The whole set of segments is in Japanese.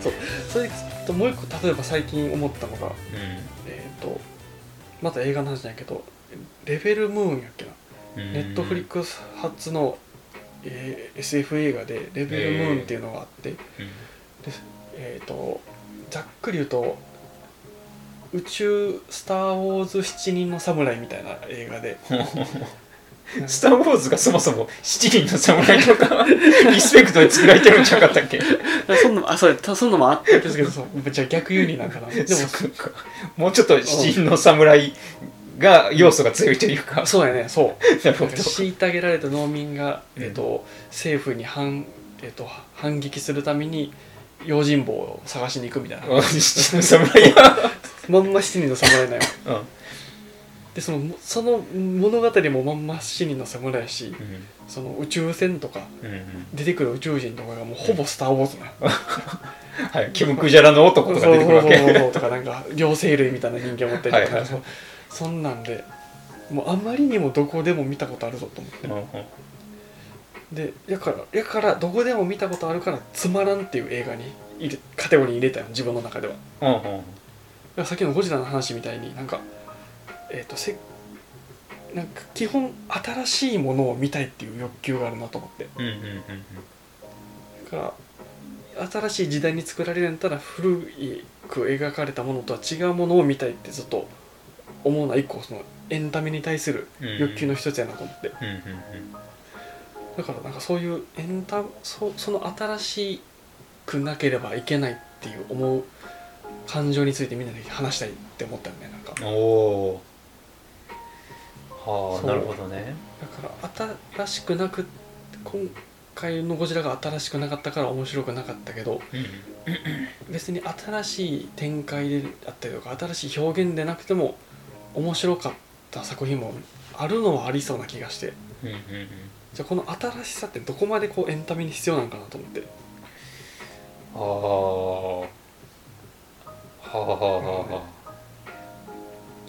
そうそれともう一個例えば最近思ったのがえっ、とまた映画の話じゃないけど「レベルムーン」やっけなうんネットフリックス初の、えー SF 映画で「レベルムーン」っていうのがあって、えー、とざっくり言うと宇宙「スター・ウォーズ7人の侍」みたいな映 画でうんスター・ウォーズがそもそも7人の侍とかリスペクトで作られてるんじゃなかったっけそんなのあそれたそんなのもあってですけどそうじゃあ逆輸入なんかなでもそっかもうちょっと七人の侍が要素が強いというかそうやねそうなるほど虐げられた農民が、うんえっと政府に反,、えっと反撃するために用心棒を探しに行くみたいなうん七人の侍がまんま七人の侍なんようんでそのその物語もまんま七人の侍やしその宇宙船とかうんうん出てくる宇宙人とかがもうほぼ「スター・ウォーズ」なんよはいキム・クジャラのそ男うとかそう出てくるわけそうそうとかなんか両生類みたいな人間持ったりとか、はいはいそうそんなんでもうあまりにもどこでも見たことあるぞと思ってうんうんでやからやからどこでも見たことあるからつまらんっていう映画に入れカテゴリーに入れたよ自分の中ではだかうんうんらさっきのゴジラの話みたいになんかえっ、とせなんか基本新しいものを見たいっていう欲求があるなと思ってうんうんうんだから新しい時代に作られるんやったら古く描かれたものとは違うものを見たいってずっと思うのは一個そのエンタメに対するうん欲求の一つやなと思ってうんうんだからなんかそういうエンタそその新しくなければいけないっていう思う感情についてみんなで話したいって思ったよねなんかうんおおはそあなうるほどねだから新しくなく今回の「ゴジラ」が新しくなかったから面白くなかったけどうん別に新しい展開であったりとか新しい表現でなくても面白かった作品もあるのはありそうな気がしてうんうんうんじゃあこの新しさってどこまでこうエンタメに必要なのかなと思ってああはあはあはあ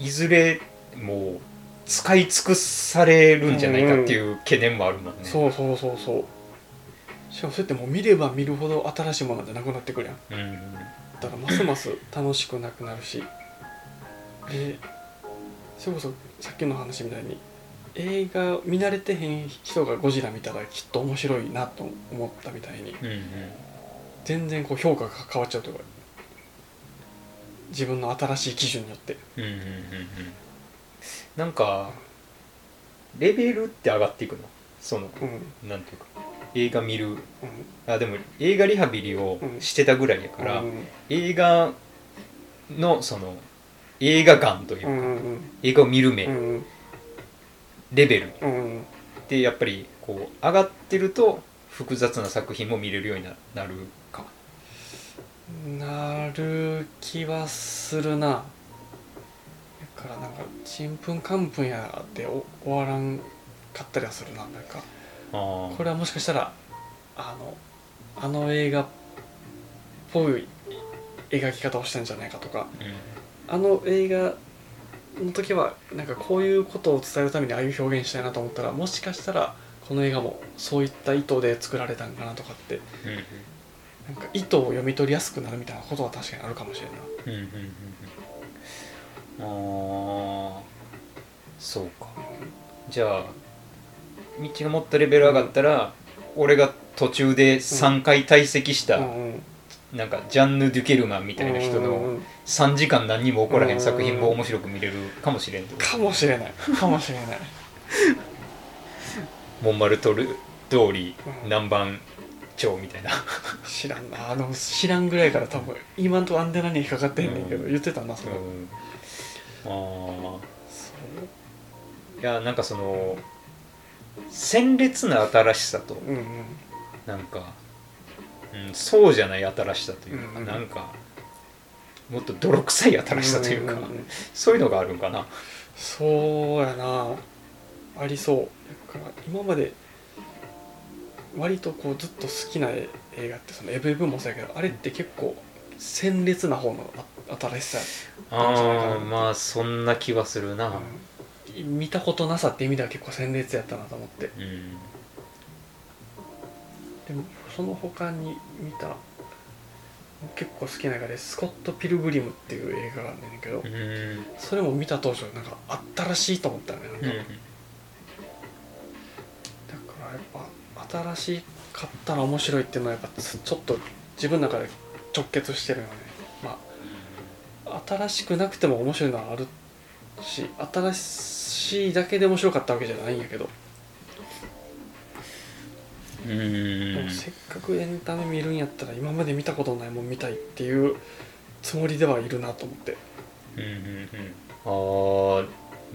いずれもう使い尽くされるんじゃないかっていう懸念もあるもんねそうそうそうそうしかもそうやってもう見れば見るほど新しいものじゃなくなってくるやうんんうんだからますます楽しくなくなるしでそれこそさっきの話みたいに映画見慣れてへん人がゴジラ見たらきっと面白いなと思ったみたいにうんうん全然こう評価が変わっちゃうというか自分の新しい基準によってうんうんうんうんなんかレベルって上がっていくのそのうんうんなんていうか映画見るあでも映画リハビリをしてたぐらいやから、うん映画のその映画感といううか、んうん映画を見る目、うんうんレベルっうんてやっぱりこう上がってると複雑な作品も見れるようにななるかなる気はするなだからなんかちんぷんかんぷんやってお終わらんかったりはするななんかあこれはもしかしたらあのあの映画っぽい描き方をしたんじゃないかとかあの映画の時はなんかこういうことを伝えるためにああいう表現したいなと思ったらもしかしたらこの映画もそういった意図で作られたんかなとかってうんなんか意図を読み取りやすくなるみたいなことは確かにあるかもしれんない。うんうんうんうんああそうかじゃあ道がもっとレベル上がったら、俺が途中で3回退席した、うんうんなんかジャンヌ・デュケルマンみたいな人うんうんのうん3時間何にも起こらへん作品も面白く見れるかもしれんってことかもしれないかもしれないモンマルトル通りうん南蛮町みたいな知らんなあの知らんぐらいから多分今んとこアンテナに引っかかってんねんけど、うん言ってたなそれ、うんあそうーいやなんかその鮮烈な新しさとうんうんなんか、うん、そうじゃない新しさというか、うんなんかもっと泥臭い新しさというか、んんんそういうのがあるんかなそうやなありそうだから今まで割とこうずっと好きな映画ってそのエブエブもそうやけどあれって結構鮮烈な方のあ新しさあーまあそんな気はするな、うん見たことなさって意味では結構鮮烈やったなと思ってうんでもその他に見た結構好きな映画で「スコット・ピルグリム」っていう映画があんねんけどうんうんそれも見た当初なんかあったらしいと思ったよねなんか、だからやっぱ新しかったら面白いっていうのはやっぱちょっと自分の中で直結してるよねまあ新しくなくても面白いのはあるし新しいだけで面白かったわけじゃないんやけどうんうんでもせっかくエンタメ見るんやったら今まで見たことないもん見たいっていうつもりではいるなと思ってうんうんうん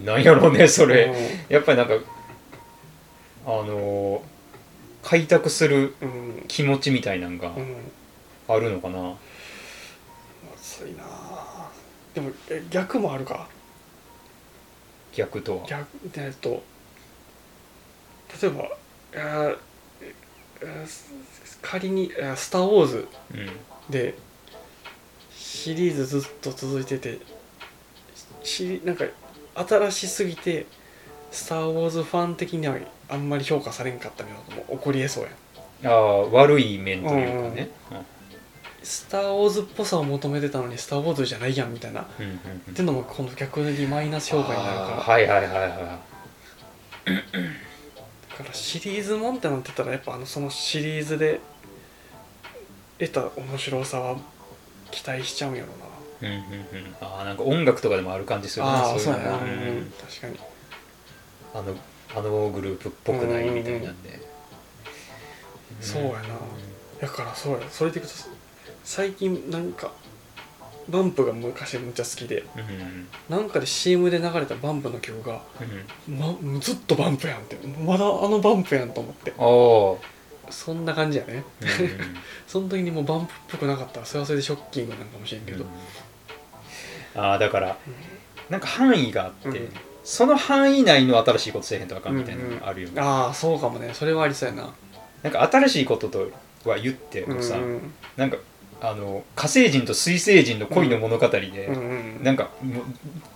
ああなんやろうねそれやっぱりなんかあのー開拓するうんうん気持ちみたいなんがうんあるのかな、熱いなあでもえ逆もあるか逆とは逆えっと例えばあーええー仮に「えースター・ウォーズうん」でシリーズずっと続いててしなんか新しすぎて「スター・ウォーズ」ファン的にはあんまり評価されんかったみたいなことも起こりえそうやあんあ悪い面というかね、 「スター・ウォーズ」っぽさを求めてたのに「スター・ウォーズ」じゃないやんみたいなっうんうんうんうんてのも今度逆にマイナス評価になるからあーはいはいはいはだからシリーズもんってなってたらやっぱあのそのシリーズで得た面白さは期待しちゃうんやろい、うんうんうん、ああなんか音楽とかでもある感じすうるなないうのがうんうんうん確かにあのあのグループっぽくないみたいなんで、そうやなだからそうやそれでいくと最近なんかバンプが昔めっちゃ好きでうんうんなんかで CM で流れたバンプの曲が、うんま、ずっとバンプやんってまだあのバンプやんと思ってああーそんな感じやねうんうん その時にもうバンプっぽくなかったらそれはそれでショッキングなんかもしれんけど、ああだからなんか範囲があって、うんその範囲内の新しいことせえへんとあかんみたいなのがあるよね、ああそうかもねそれはありそうやななんか新しいこととは言ってもさ、うんなんかあの火星人と水星人の恋の物語うんで、うんなんかもう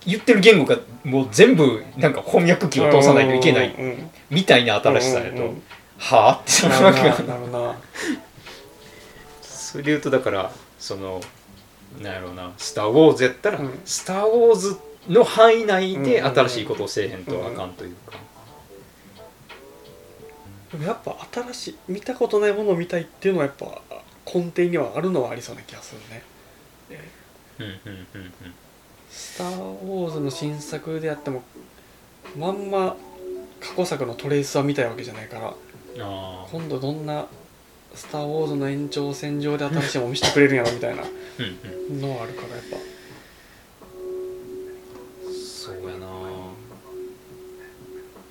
言ってる言語がもう全部なんか翻訳機を通さないといけないうんうんうんみたいな新しさやと、うんうんうんはあってなるわけながるななるなそれで言うとだからそのなんやろうな「スター・ウォーズ」やったら「うんスター・ウォーズ」の範囲内でうん新しいことをせえへんとあかんというか、でもやっぱ新しい見たことないものを見たいっていうのはやっぱ根底にはあるのはありそうな気がするねうんうんうんうん「スター・ウォーズ」の新作であってもまんま過去作のトレースは見たいわけじゃないからああ今度どんな「スター・ウォーズ」の延長線上で新しいもの見せてくれるんやろみたいなうんうのはあるからやっぱんそうやな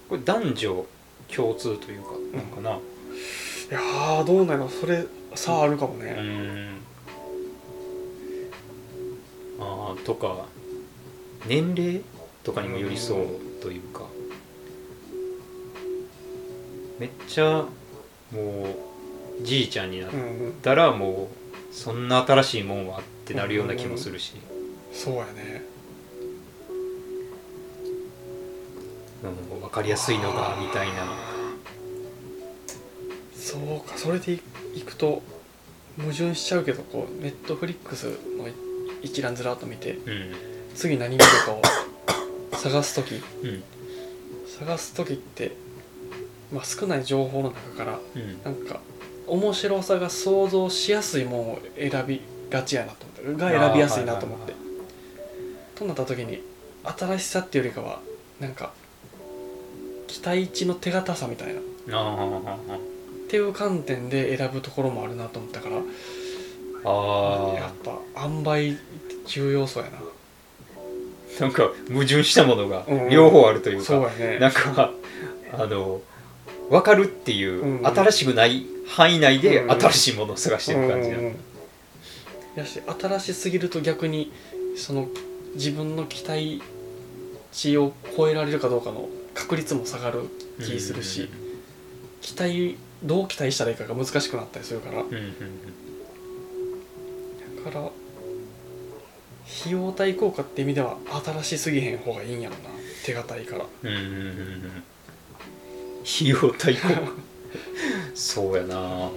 これ男女共通というかなんかなういやーどうなのそれさああるかもね、ーんああとか年齢とかにもよりそうというかめっちゃもうじいちゃんになっうんうんたらもうそんな新しいもんはってなるような気もするし、そうやねうん分かりやすいのがみたいなそうかそれでいいくと矛盾しちゃうけどこうネットフリックスのい一覧ずらっと見てうん次何見るかを探す時 うん探す時って、まあ、少ない情報の中からうんなんか面白さが想像しやすいもんを選びがちやなと思ってが選びやすいなと思ってあーはいはいはいとなった時に新しさっていうよりかはなんか期待値の手堅さみたいなあーっていう観点で選ぶところもあるなと思ったからやあっぱ塩梅重要そうやなーなんか矛盾したものがうん両方あるというそうか、やね なんかあの分かるっていう、うん新しくない範囲内でうん新しいものを探してる感じだ、うんうんうんやし新しすぎると逆にその自分の期待値を超えられるかどうかの確率も下がる気するし、期待どう期待したらいいかが難しくなったりするからだうんうんうんから費用対効果って意味では新しすぎへん方がいいんやろな手堅いからうんうんうんう ん費用対効そうやなあ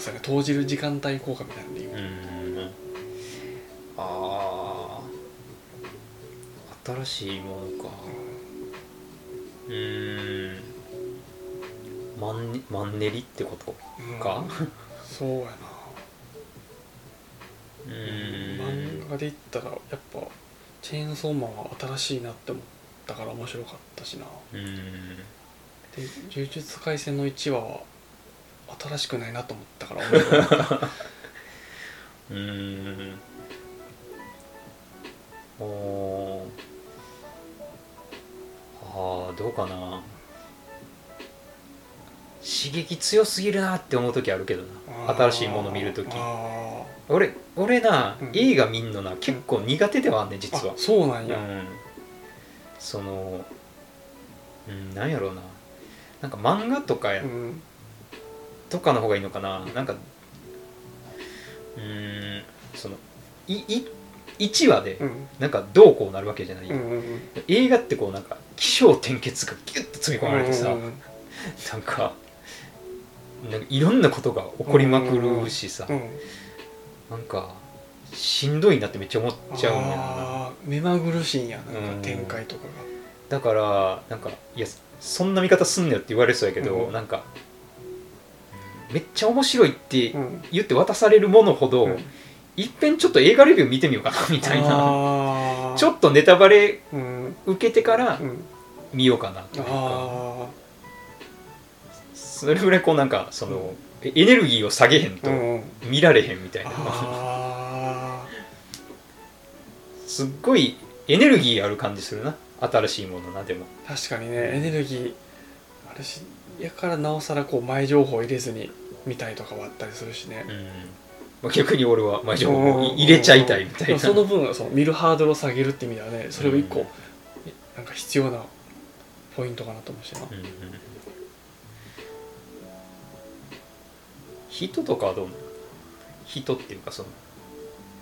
そうやね投じる時間帯効果みたいなんで今うんああ新しいものかうーんマンネマンネリってことうんかそうやうなーん漫画で言ったらやっぱ「チェーンソーマン」は新しいなって思ったから面白かったしなうーんで「呪術廻戦」の1話は新しくないなと思ったから面白かったうーんおーああどうかな刺激強すぎるなって思う時あるけどな 新しいもの見る時あ俺俺な、うん映画見んのな結構苦手ではあんねん実ーはあ、そうなうんや、ん、その、うん、なんやろうななんか漫画とかや、うんとかの方がいいのかななんかうーんそのいい1話でうんなんかどうこうなるわけじゃない、うんうん映画ってこうなんか起承転結がギュッと詰め込まれてさ、うんうんなんかなんかいろんなことが起こりまくるしさ、うんうんなんかしんどいなってめっちゃ思っちゃうんやろなあー目まぐるしいんやなんうかん展開とかだからなんかいやそんな見方すんなよって言われそうやけど、うんなんかめっちゃ面白いってが、うん言って渡されるものほど、うんいっぺんちょっと映画レビュー見てみようかなみたいなあーちょっとネタバレうん受けてからうん見ようかなというかあそれぐらいこうなんかその、エネルギーを下げへんーうとんうん見られへんみたいな、あすっごいエネルギーある感じするな新しいものなでもー確かにねエネルギーあるしやからなおさらこう前情報入れずに見たいとかはあったりするしねう、んまあ逆に俺は、まあ、情報を入れちゃいたいみたいでもな その分そう見るハードルを下げるって意味ではねそれを一個、うんなんか必要なポイントかなと思うしな、うんうん人とかはどうなの人っていうかそ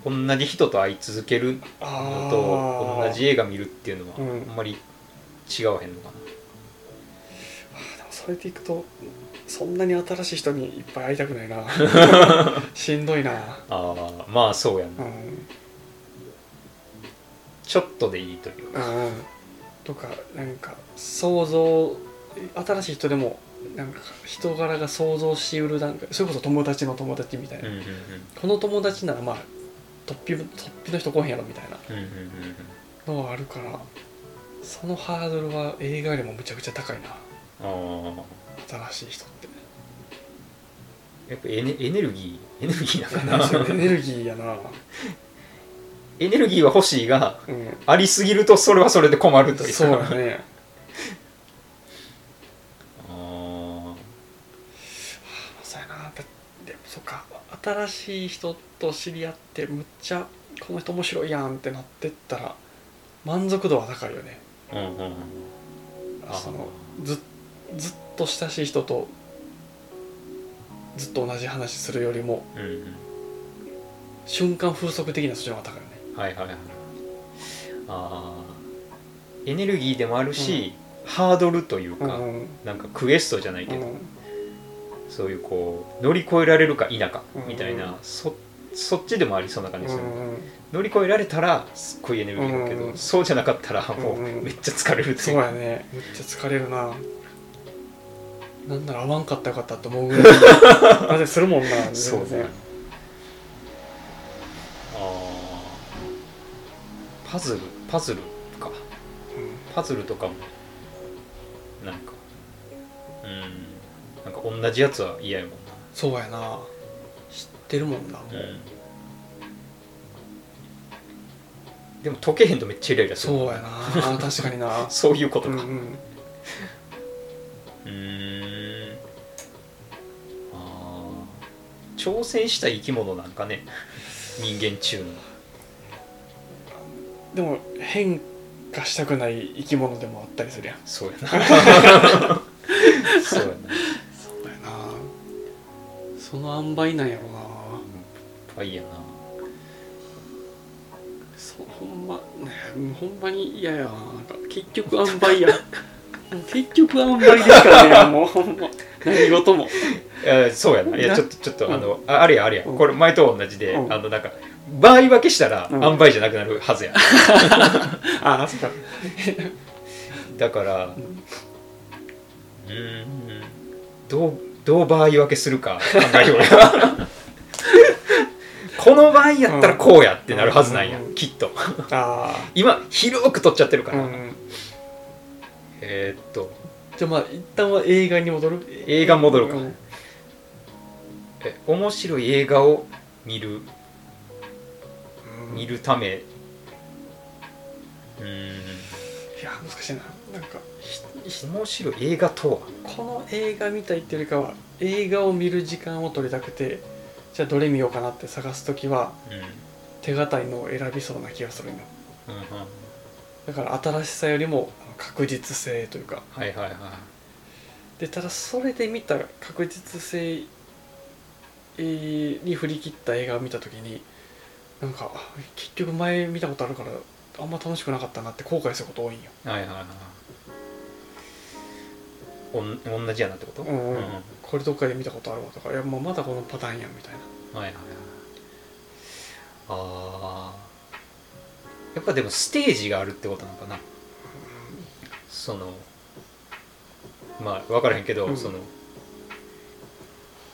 の同じ人と会い続けるのとー同じ映画見るっていうのはあうんんまり違わへんのかあでもそれでいくとそんなに新しい人にいっぱい会いたくな いなしんどいなな、ああまあそうやうなんちょっとでいいというかうんとかなんか想像新しい人でもなんか人柄が想像しうる段階それこそ友達の友達みたいうんな、うんうんこの友達ならまあ突飛突飛の人来へんやろみたいなうんうんうんのはあるからそのハードルは映画よりもむちゃくちゃ高いなうんああ新しい人 ってやっぱエネエネルギーエネルギーいやななのんかかなそれエネルギーやな、 エネルギーは欲しいがうん、ありすぎるとそれはそれで困るというか そうだねああそうやなだでもそっか新しい人と知り合ってむっちゃこの人面白いやんってなってったら満足度は高いよねうんうんうんあーそのずずっと親しい人とずっと同じ話するよりもうんうん瞬間風速的なそっちの方が高いよねはいはいはいあーエネルギーでもあるし、ハードルといううか、んうんなんかクエストじゃないけど、うそういうこう乗り越えられるか否かうんみたいな、そそっちでもありそうな感じんうする、んうん乗り越えられたらすっごいエネルギーだけど、うんそうじゃなかったらもううんうんめっちゃ疲れるってそいううやねめっちゃ疲れるななんなら合わんかったらよかったと思う ぐらいだってするもんな全然そうねあーパズルパズルかうんパズルとかもなんかうんなんか同じやつは嫌やもんそうやな知ってるもんなもう、な、でも解けへんとめっちゃイライラするそうやなあ確かに なそういうことうかんううんーんあー挑戦したい生き物なんかね人間中のでも変化したくない生き物でもあったりするやんそうや なそうやなそうやなその塩梅なんやろなあいいやなそうほんまねほんまに嫌や わなんか結局塩梅や結局塩梅ですからねもうほんま何事もえーそうやないやなちょっとちょっと、うんあのああれやあれや、うんこれ前と同じで、うんあのなんか倍分けしたら、うん塩梅じゃなくなるはずやああそっかだからうーんどうどう倍分けするか考えよう やこの倍やったらこうやってなるはずなんや、うんきっとあ今広く取っちゃってるかあうら、んえーっとじゃあまあ一旦は映画に戻る映画戻るかうんえ面白い映画を見る見るためうーんいや難しいななんか面白い映画とはこの映画見たいっていうよりかは映画を見る時間を取りたくてじゃあどれ見ようかなって探す時はう手堅いのを選びそうな気がするのん、うんうん、だから新しさよりも確実性というかはいはいはいでただそれで見た確実性えーに振り切った映画を見た時になんかあ結局前見たことあるからあんま楽しくなかったなって後悔すること多いんよはいはいはいおん同じやなってことうんうんはいこれどっかで見たことあるわとかいやもうまだこのパターンやんみたいなはいはいあーやっぱでもステージがあるってことなのかなそのまあ分からへんけど、うんその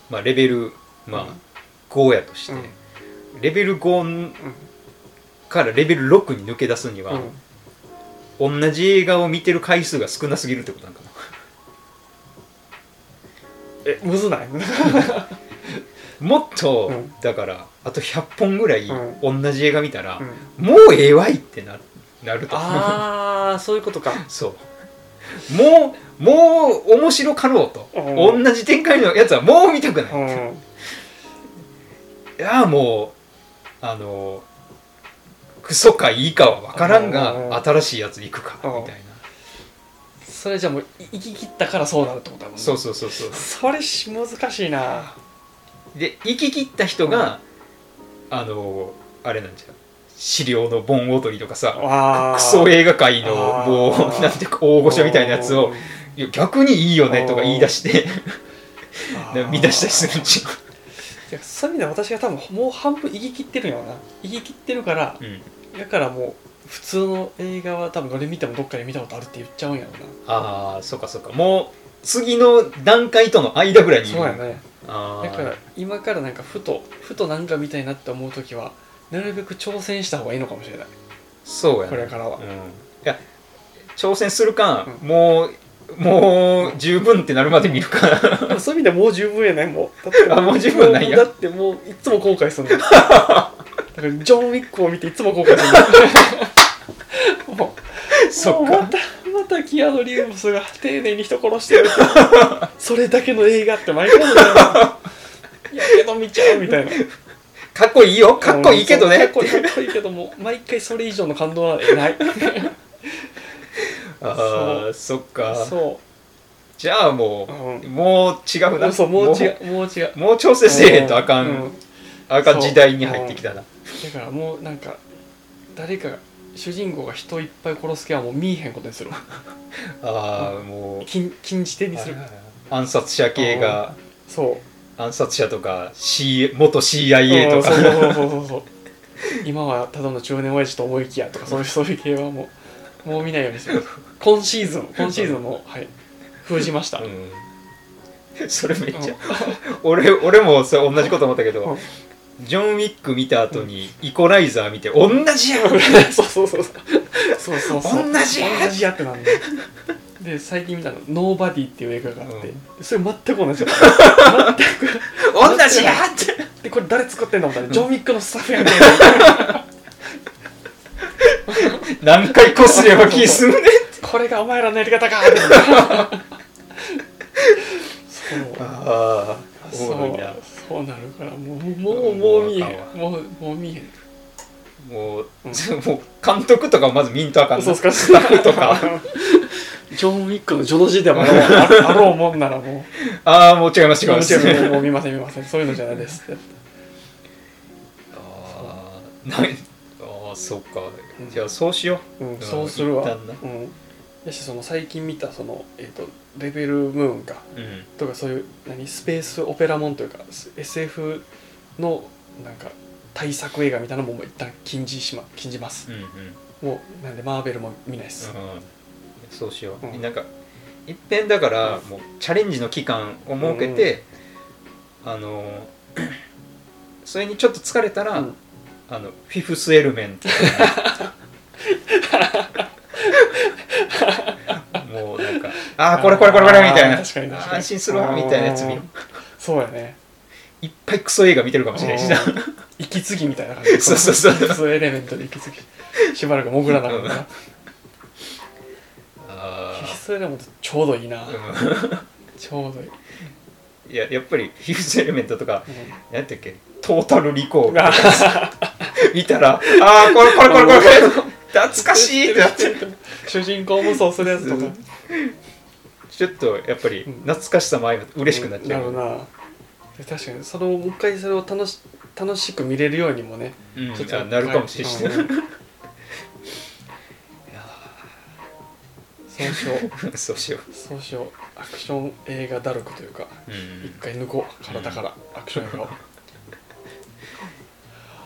まあレベルまあうん5やとして、レベル5からレベル6に抜け出すには、うん同じ映画を見てる回数が少なすぎるってことなんかな えむずないもっと、うんだからあと100本ぐらい同じ映画見たら、うんもうええわいってななるとああそういうことかそうもうもう面白かろうと、うん同じ展開のやつはもう見たくない、ういんやもうあのクソかいいかは分からんが、うん新しいやつ行くか、うんみたいな、それじゃもうい行き切ったからそうなるってことだもんねそうそうそうそうそれし難しいなで行き切った人が、あのあれなんじゃう資料の盆踊りとかさあクソえ映画界のあーもうなんていうか大御所みたいなやつをいや逆にいいよねとか言い出して 見出したりするんちゃいやそういう意味では私が多分もう半分言い切ってるよな言い切ってるからう、うん、だからもう普通の映画は多分どれ見てもどっかで見たことあるって言っちゃうんやろああそうかそうかもう次の段階との間ぐらいなにいそうやねあだーから今からなんかふとふとなんか見たいなって思う時はなるべく挑戦した方がいいのかもしれないそうやねこれからはうん、いや挑戦するか、うもうもう十分ってなるまで見るか でもそういう意味ではもう十分やないもうだってあもう十分なんやもうだってもういつも後悔するのだからジョン・ウィックを見ていつも後悔するのもうそっもうまかたまたキアヌ・リーブスが丁寧に人殺してるそれだけの映画って毎回思うよないやけど見ちゃうみたいなかっこいいよかっこいいけどうんねかっこいいかっこいいけども毎回それ以上の感動は得ないああそっかそじゃあもう、う、う、もう違うんなそうもう違うもう違うもうもう調整せえへんとあかん、うんあかん時代に入ってきたなだからもうなんか誰かが主人公が人いっぱい殺す気はもう見えへんことにするわああもう禁禁じ手にする暗殺者系がそう暗殺者とか、C、元 CIA うとんかそうそうそうそうそう今はただの中年親父と思いきやとかそういうそういう系はもうもう見ないようにしてます今シーズン今シーズンもはい封じました、うんうん それめっちゃ、俺俺もそれ同じこと思ったけど、ジョン・ウィック見た後にイコライザー見て同じやん、 そうそうそうそうそうそうそう同じや同じやってなんだで最近見たの「ノーバディ」っていう映画があって、うんでそれ全く同 じだ同じやんってでこれ誰作ってんのみたいなジョン・ウィックのスタッフやんけみたいな何回こすれば気すんねんこれがお前らのやり方かみたいなそうああおそもろいうなそうなるからもうもうもう見えへんもうもう見えへんもう,、うんもう監督とかまず見んとあかんなそうっすかスタッフとかジョン・ウィックの序の字であもろう ああろうもんならもうああもう違います違いますもうもう見ません見ませんそういうのじゃないですってあーなあーそっかじゃあそうしようんんそうするわ一旦なうんやしその最近見たその、えー、とレベルムーンかうんとかそういう何スペースオペラもんというか SF のなんか対策映画みたいなのももう一旦禁じしま禁じますうんうんもうなんでマーベルも見ないです、うんそうしよう、うんなんかいっぺんだからもうチャレンジの期間を設けて、あの ーそれにちょっと疲れたら、うんあのフィフスエルメン トもうなんかああこれこれこれこれみたいあーな確かに確かに安心するわみたいなやつ見ようそうやねいっぱいクソ映画見てるかもしれないしなうん息継ぎみたいな感じそうそうそうこのそうエレメントで息継ぎしばらく潜らなかった な あ必須エレメントちょうどいいな、ーちょうどいい、ううんいややっぱりフィフスエレメントとかんなんていうっけトータルリコールあ見たら、ああ、これこれこれこれ、懐かしいってな って、主人公無双するやつとかちょっとやっぱりうん懐かしさも相まって嬉しくなっちゃるう。なで確かにそのもう一回それを楽し楽しく見れるようにもねうんちょっとあなるかもしれない。うんそうしよ そうしようそうしようアクション映画だるくというかう。一回抜こう体からアクション映画 を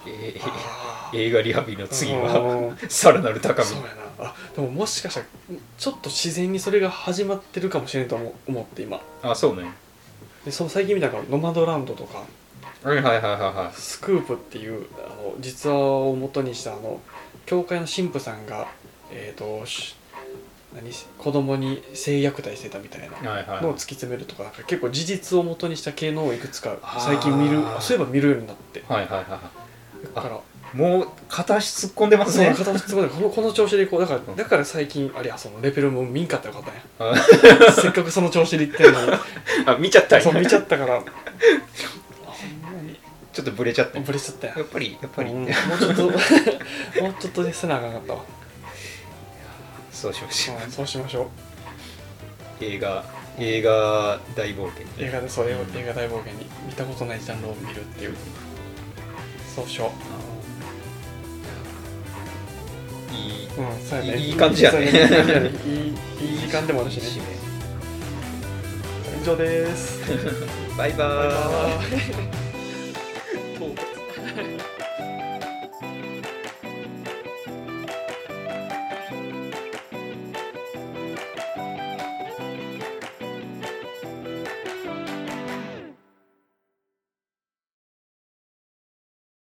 えーあー映画リハビリの次は、うんさらなる高みそう。やなあでももしかしたらちょっと自然にそれが始まってるかもしれんと思思って今あ、そうね。でその最近見たのが「ノマドランド」とかはいはいはいはいは。「スクープ」っていうあの実話を元にしたあの教会の神父さんがえっ、とし何子供に性虐待してたみたいないはいのをは突き詰めるとかなんか結構事実を元にした系のをいくつかあー最近見るあそういえば見るようになってい。はいはいはいはだからい。もう片足突っ込んでますそうね。片足つまんでこのこの調子でいこうだかうらんだから最近あれやそのレベルも見んかったらよかったんやあせっかくその調子で行ってるのにあ、見ちゃったそう見ちゃちったからあほんまょにっとブレちゃった。やブレちゃったやんっぱり、やっぱりうん、もうちょっともうちょっと でせなあかんかったわ、そうしましょう。うん、そうしましょう映画、映画大冒険。映画でそう映うん画映画大冒険に見たことないジャンルを見るっていうそうしよ、いいううん、そうやねいい感じやねそういい感じやねいいいい時間でもあるしいいね締め以上ですバイバーイバイバーイ